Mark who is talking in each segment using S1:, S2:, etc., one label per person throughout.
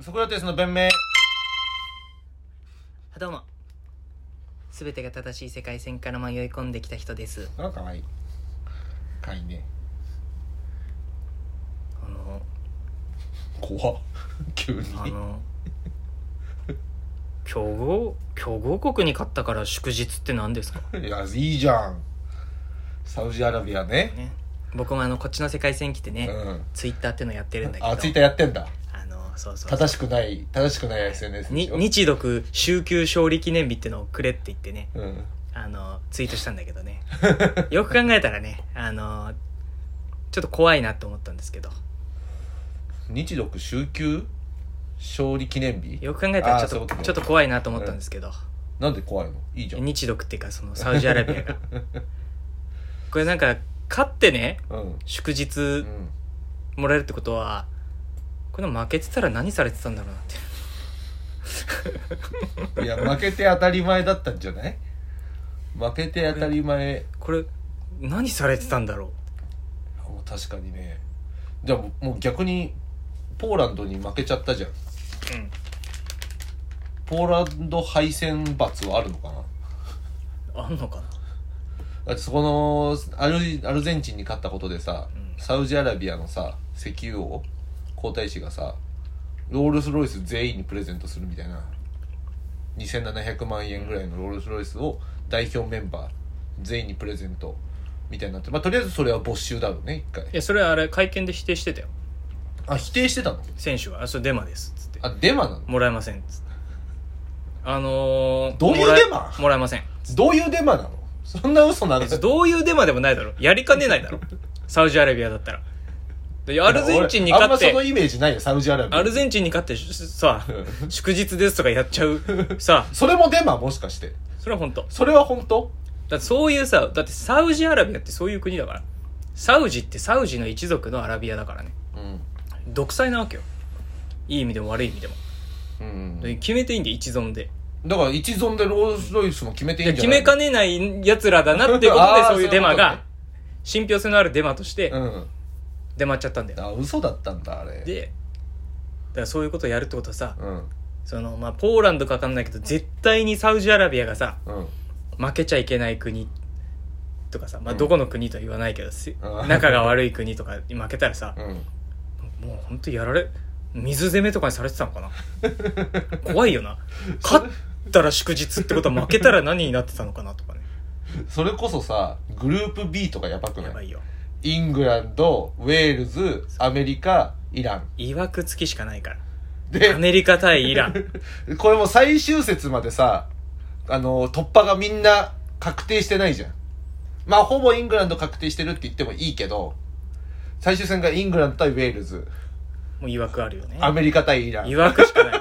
S1: ソクラテスの弁明
S2: あどうもすべてが正しい世界線から迷い込んできた人です
S1: あらかわいいかわいいね
S2: あの
S1: 怖っ急に
S2: あの強豪強豪国に勝ったから祝日って何ですか、
S1: いやいいじゃんサウジアラビアね
S2: ね、僕もあのこっちの世界線来てね、
S1: うん
S2: ツイッターってのやってるんだけど
S1: あツイッターやってんだ
S2: あのそうそう
S1: 正しくない正しくない SNS で
S2: に
S1: しょ
S2: 日読週休勝利記念日ってのをくれって言ってね
S1: うん
S2: あのツイートしたんだけ どねよく考えたらねあのちょっと怖いなと思ったんですけど
S1: 日読週休勝利記念日
S2: よく考えたら
S1: あ
S2: ち
S1: ー
S2: ょっ
S1: そういう
S2: と
S1: ことね
S2: ちょっと怖いなと思ったんですけど、
S1: なんで怖いのいいじゃん
S2: 日独っていうかそのサウジアラビ アがこれなんか勝ってね
S1: うんう
S2: 祝日
S1: ん
S2: もらえるってことはこれ負けてたら何されてたんだろうなって
S1: いや負けて当たり前だったんじゃない負けて当たり前
S2: これ何されてたんだろう
S1: もう確かにねじゃあもうもう逆にポーランドに負けちゃったじゃん
S2: うん
S1: ポーランド敗戦罰はあるのかな
S2: あんのかな
S1: だってそこのアルアルゼンチンに勝ったことでさ、
S2: うん
S1: サウジアラビアのさ石油王皇太子がさロールス・ロイス全員にプレゼントするみたいな2700万円ぐらいのロールス・ロイスを代表メンバー全員にプレゼントみたいになって、まあ、とりあえずそれは没収だろうね一回
S2: いやそれはあれ会見で否定してたよ
S1: あ否定してたの
S2: 選手は「あそれデマです」っつって
S1: あデマなの
S2: 「もらえません」っつってあのー、
S1: どういう
S2: もらえ
S1: デマ
S2: もらえません
S1: どういうデマなのそんな嘘なの
S2: 別にどういうデマでもないだろやりかねないだろサウジアラビアだったらでアルゼンチンに勝
S1: あん
S2: っ
S1: まその
S2: て
S1: イメージないよサウジアラビア
S2: アルゼンチンに勝ってさ
S1: う
S2: 祝日ですとかやっちゃうさ
S1: それもデマもしかして
S2: それは本当
S1: それは本当
S2: だってそういうさだってサウジアラビアってそういう国だからサウジってサウジの一族のアラビアだからね
S1: うん
S2: 独裁なわけよいい意味でも悪い意味でも
S1: うん
S2: で決めていいんで一存で
S1: だから一存でロールス・ロイスも決めていいんじ
S2: 決
S1: ゃない
S2: めかねない奴らだなっていうことで
S1: あー
S2: そういうデマ
S1: そういうこ
S2: が信憑性のあるデマとして
S1: うん
S2: 出回っちゃったんだよ
S1: あ嘘だったんだあれ
S2: でだからそういうことをやるってことはさ
S1: うん
S2: そのまあポーランドかわかんないけど絶対にサウジアラビアがさ
S1: うん
S2: 負けちゃいけない国とかさまあ
S1: うん
S2: どこの国とは言わないけど、せ
S1: あー
S2: 仲が悪い国とかに負けたらさ
S1: うん
S2: もう本当やられ水攻めとかにされてたのかな 怖いよな勝ったら祝日ってことは負けたら何になってたのかなとかね
S1: それこそさグループ B とかやばく
S2: やば
S1: ない
S2: いよ
S1: イングランドウェールズアメリカイラン
S2: いわくつきしかないからア
S1: で
S2: メリカ対イラン
S1: これも最終節までさあの突破がみんな確定してないじゃんまあほぼイングランド確定してるって言ってもいいけど最終戦がイングランド対ウェールズ
S2: もういわくあるよね
S1: アメリカ対イラン
S2: いわくしかない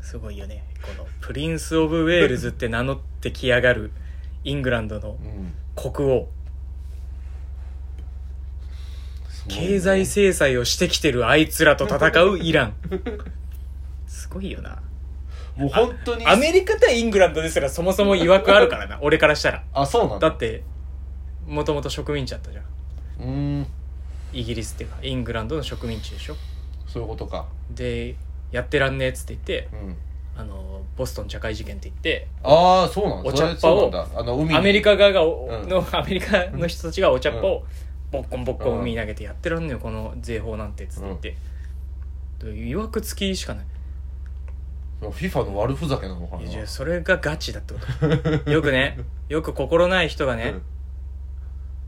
S2: すごいよねこのプリンス・オブ・ウェールズって名乗ってきやがるイングランドの
S1: うん
S2: 国王
S1: すごいね
S2: 経済制裁をしてきてるあいつらと戦うイランすごいよな
S1: もう本当に
S2: アメリカ対イングランドですらそもそもいわくあるからな俺からしたら
S1: あそうなん
S2: だ
S1: だ
S2: ってもともと植民地だったじゃん
S1: うーん
S2: イギリスっていうかイングランドの植民地でしょ
S1: そういうことか
S2: でやってらんねえっつって言って
S1: うん
S2: あのボストン茶会事件って言って
S1: ああそうなんだ
S2: お茶っ葉
S1: そ
S2: を
S1: れそうなんだあの海に
S2: アメリカ側がお、
S1: うん
S2: のアメリカの人たちがお茶っ葉をボッコンボッコン海に投げてやってらんのよこの税法なんてっつって言って、いわくつきしかない
S1: もう FIFA の悪ふざけなのかない
S2: やじゃあそれがガチだっ てことよくねよく心ない人がね、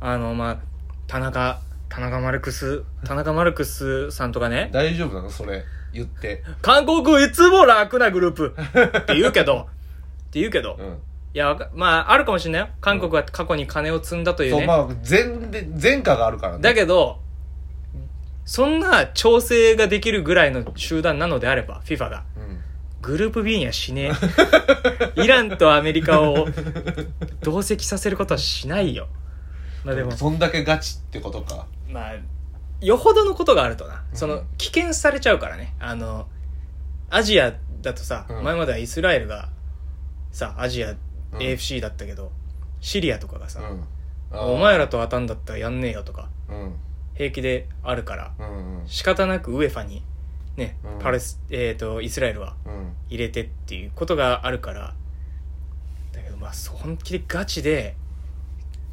S1: うん
S2: あのまあ田中田中マルクス田中マルクスさんとかね
S1: 大丈夫なのそれ言って
S2: 韓国いつも楽なグループって言うけどって言うけど、
S1: う
S2: い
S1: ん
S2: やわかまああるかもしれないよ韓国は過去に金を積んだというね、
S1: そうまあ前で前科があるからね
S2: だけど、そんな調整ができるぐらいの集団なのであれば、FIFA が。
S1: うん
S2: グループ B にはしねえ。イ ランとアメリカを同席させることはしないよ。まあでも、
S1: そんだけガチってことか
S2: まあ、よほどのことがあるとな。そうの
S1: ん、
S2: 危険されちゃうからね。あの、アジアだとさ、
S1: うん
S2: 前まではイスラエルが、さ、アジア、
S1: ん
S2: AFC だったけど、シリアとかが
S1: う
S2: さ、
S1: んあー
S2: お前らと当たんだったらやんねえよとか、
S1: うん
S2: 平気であるから、
S1: うんうん
S2: 仕方なくウェファにね、
S1: うん
S2: パレス、えっ、と、イスラエルは
S1: うん
S2: 入れてっていうことがあるから、だけどまあ、そう本気でガチで、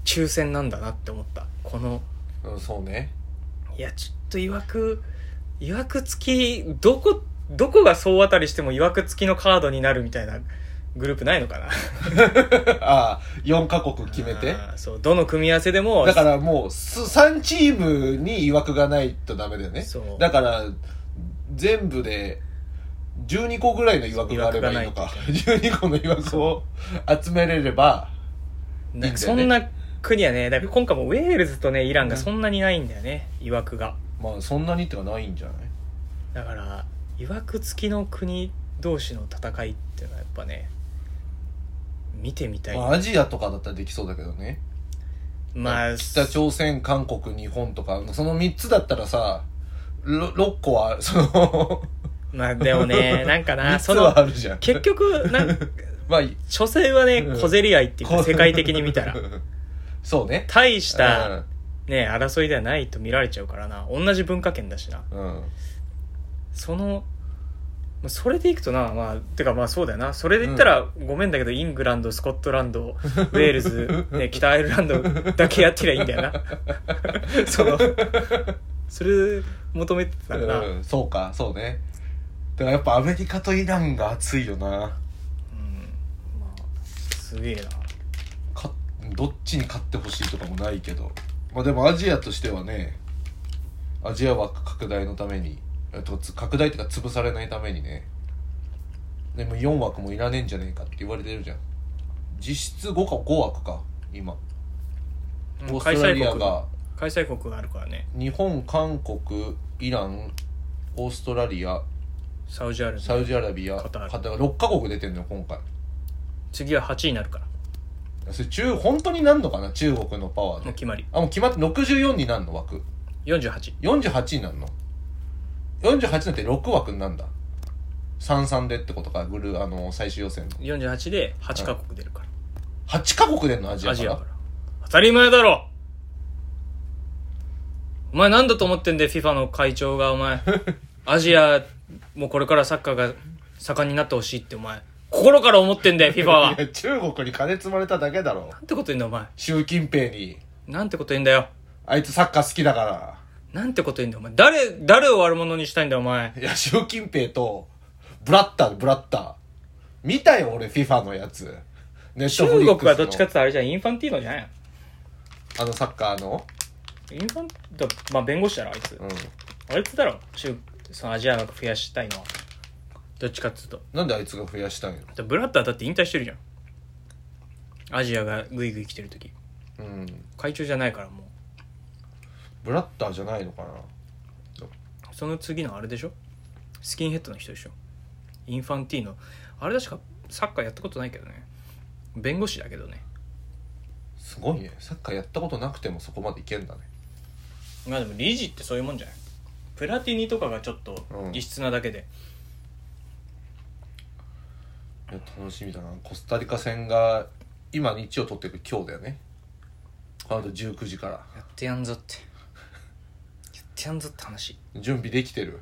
S2: 抽選なんだなって思った。この、
S1: うんそうね
S2: いや、ちょっといわく、いわくつき、どこ、どこが総当たりしてもいわくつきのカードになるみたいなグループないのかな
S1: ああ4カ国決めて
S2: あーそう、どの組み合わせでも、
S1: だからもうす3チームに曰くがないとダメだよね
S2: そう
S1: だから全部で12個ぐらいの曰くがあればいいのか12個の 曰くを集めれれば
S2: なんか
S1: いいんだ
S2: そ
S1: よね
S2: んな国はね、だから今回もウェールズとね、イランが
S1: うん
S2: そんなにないんだよね、いわくが。
S1: まあそんなにってかないんじゃない
S2: だから、いわく付きの国同士の戦いっていうのはやっぱね、見てみたい。
S1: まあ、アジアとかだったらできそうだけどね、
S2: まあ、
S1: 北朝鮮韓国日本とかその3つだったらさ6個は その
S2: まあでもね、なんか
S1: 3
S2: な、
S1: つ
S2: その
S1: は、あるじゃん
S2: 結局、なんか、
S1: まあいい
S2: 所詮はね
S1: うん、
S2: 小競り合いっていうか、世界的に見たら。
S1: そうね
S2: 大し
S1: うん
S2: た、ね、争いではないと見られちゃうからな。同じ文化圏だしな。
S1: うん
S2: その、まあそれでいくとな、まあ、てかまあそうだよな。それで言ったら、ごめんだけど、イングランド、スコットランド、ウェー ルズ、ね、北アイルランドだけやってりゃいいんだよな。その、それ求めてたからな。
S1: うん、そうかそうねだからやっぱアメリカとイランが熱いよな
S2: うんまあ、すげえな。
S1: かどっちに勝ってほしいとかもないけど、まあ、でもアジアとしてはねアジア枠拡大のためにえっとつ拡大っていうか潰されないためにねでも4枠もいらねえんじゃねえかって言われてるじゃん実質5か5枠か今
S2: う
S1: オー
S2: ん
S1: ス
S2: 開
S1: トラ
S2: 催
S1: リア
S2: 国
S1: が
S2: 開催国があるからね。
S1: 日本韓国イランオーストラリア
S2: サウジアラビ
S1: サ
S2: ア。
S1: ウジアラビア
S2: カタール
S1: 6カ国出てんのよ今回
S2: 次は8位になるから。
S1: それ中本当になんのかな中国のパワー
S2: もう
S1: で
S2: 決まり。
S1: あもう決まって64になんの枠
S2: 48。
S1: 48になんの48なんて6枠になんだ33でってことかグルーあの最終予選の
S2: 48で8カ国出るから。
S1: 8カ国出んのアジア
S2: ア
S1: か
S2: ジ
S1: ら
S2: アから当たり前だろお前なんだと思ってんだよ FIFA の会長が お前アジアもうこれからサッカーが盛んになってほしいってお前心から思ってんだよ FIFA はい
S1: や中国に金積まれただけだろ
S2: なんてこと言うんだよお前
S1: 習近平に
S2: なんてこと言うんだよ
S1: あいつサッカー好きだから
S2: なんてこと言うんだよお前誰誰を悪者にしたいんだよお前
S1: いや、習近平と、ブラッター、ブラッター。見たよ、俺、FIFA のやつ。ネッ
S2: 中
S1: トフリッ
S2: 国
S1: クスの
S2: はどっちかって言ったらあれじゃんインファンティーノじゃん
S1: あの、サッカーの。
S2: インファンだまあ弁護士だろあいつ
S1: うん。
S2: あいつだろ中そのアジア枠増やしたいのはどっちかっつうと
S1: なんであいつが増やしたいの
S2: だってブラッターだって引退してるじゃんアジアがグイグイ来てる時
S1: うん。
S2: 会長じゃないからも
S1: ブラッターじゃないのかな。
S2: うその次のあれでしょスキンヘッドの人でしょインファンティーノあれ確かサッカーやったことないけどね弁護士だけどね
S1: すごいね。サッカーやったことなくてもそこまでいけんだね。
S2: まあでも理事ってそういうもんじゃないプラティニとかがちょっと
S1: うん
S2: 異質なだけで、
S1: いや、楽しみだな。コスタリカ戦が、今日曜取ってる今日だよね。あと19時から。
S2: やってやんぞってやってやんぞって話
S1: 準備できてる。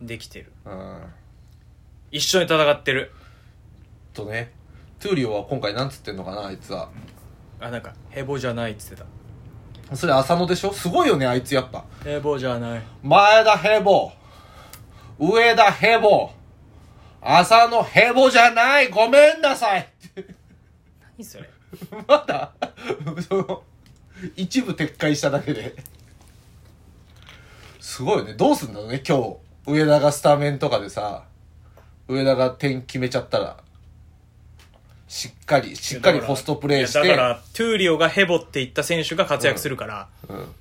S2: できてる
S1: うん。
S2: 一緒に戦ってる
S1: とね、トゥーリオは今回なんつってんのかな、あいつは。
S2: あなんか平凡じゃないっつってた
S1: それ浅野でしょすごいよね、あいつやっぱ。
S2: 平凡じゃない
S1: 前田平凡上田平凡浅野平凡じゃないごめんなさい
S2: 何それ
S1: まだその一部撤回しただけですごいよねどうすんだろうね今日上田がスタメンとかでさ上田が点決めちゃったらしっかりしっかりホストプレーし
S2: い
S1: て
S2: やだからトゥーリオがヘボって言った選手が活躍するから、
S1: うん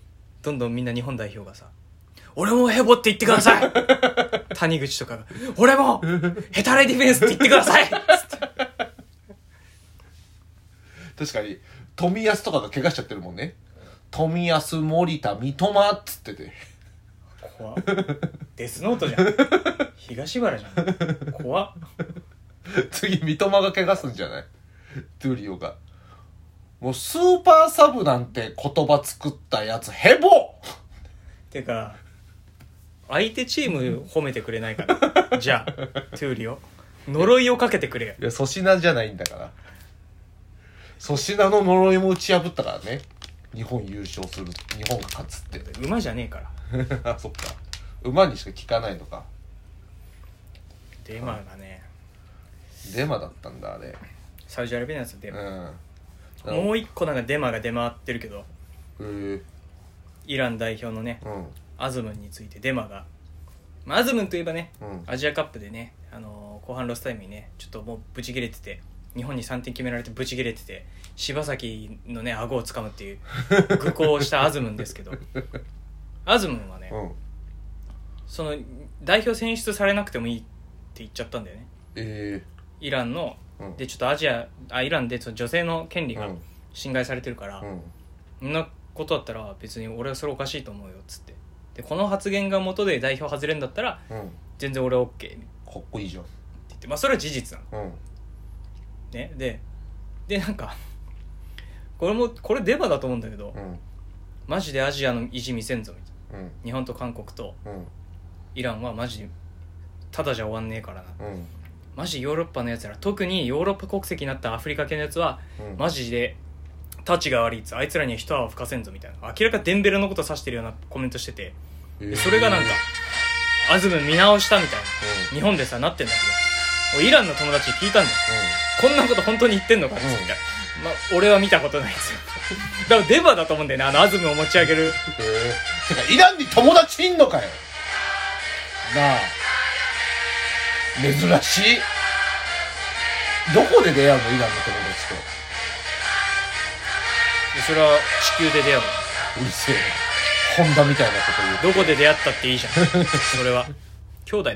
S2: どんどんみんな日本代表がさ俺もヘボって言ってく ださい谷口とかが俺もヘタレディフェンスって言ってくださいつって
S1: 確かに冨安とかが怪我しちゃってるもんね冨安森田三笘っつってて
S2: 怖っデスノートじゃん東原じゃん怖っ
S1: 次三笘が怪我すんじゃないトゥーリオがもうスーパーサブなんて言葉作ったやつヘボ
S2: てか相手チーム褒めてくれないかなじゃあトゥーリオ呪いをかけてくれよ
S1: いや粗品じゃないんだから粗品の呪いも打ち破ったからね日本優勝する日本が勝つって
S2: 馬じゃねえから
S1: あそっか馬にしか聞かないのか
S2: デマがね
S1: デマだったんだあれ
S2: サウジアラビアのやつデマ、
S1: うん
S2: もう一個なんかデマが出回ってるけど
S1: え
S2: イラン代表のね
S1: ー、うん
S2: アズムンについてデマが、まあ、アズムンといえばね
S1: うん
S2: アジアカップでね、あのー後半ロスタイムにねちょっともうブチ切れてて日本に3点決められてブチ切れてて柴崎のね顎をつかむっていう愚行をしたアズムンですけどアズムンはね、
S1: うん
S2: その代表選出されなくてもいいって言っちゃったんだよね
S1: え
S2: イランの
S1: えー、うん
S2: でちょっとアジアあイランでその女性の権利
S1: う
S2: が
S1: ん
S2: 侵害されてるから、
S1: うん
S2: そんなことだったら別に俺はそれおかしいと思うよっつってでこの発言が元で代表外れるんだったら
S1: うん
S2: 全然俺は OK って
S1: かっこいいじゃん
S2: 言ってまあそれは事実なの
S1: うん
S2: ねででなんかこれもこれデバだと思うんだけど、
S1: うん
S2: マジでアジアの意地見せんぞみたいな
S1: うん
S2: 日本と韓国と
S1: うん
S2: イランはマジでただじゃ終わんねえからな
S1: うん
S2: マジヨーロッパのやつら特にヨーロッパ国籍になったアフリカ系のやつは
S1: うん
S2: マジでタチが悪いっつあいつらには一泡吹かせんぞみたいな明らかデンベレのこと指してるようなコメントしてて
S1: え
S2: で
S1: ー
S2: それがなんかアズム見直したみたいな
S1: うん
S2: 日本でさなってんだけど俺イランの友達に聞いたんだよこんなこと本当に言ってんのかっつって、
S1: うん
S2: まあ、俺は見たことないですよ だからデバだと思うんだよねあのアズムを持ち上げる
S1: えー、てかイランに友達いんのかよなあ珍しいどこで出会うのイランの友達と
S2: でそれは地球で出会う
S1: うるせえなホンダみたいなこと言う
S2: どこで出会ったっていいじゃんそれは兄弟だ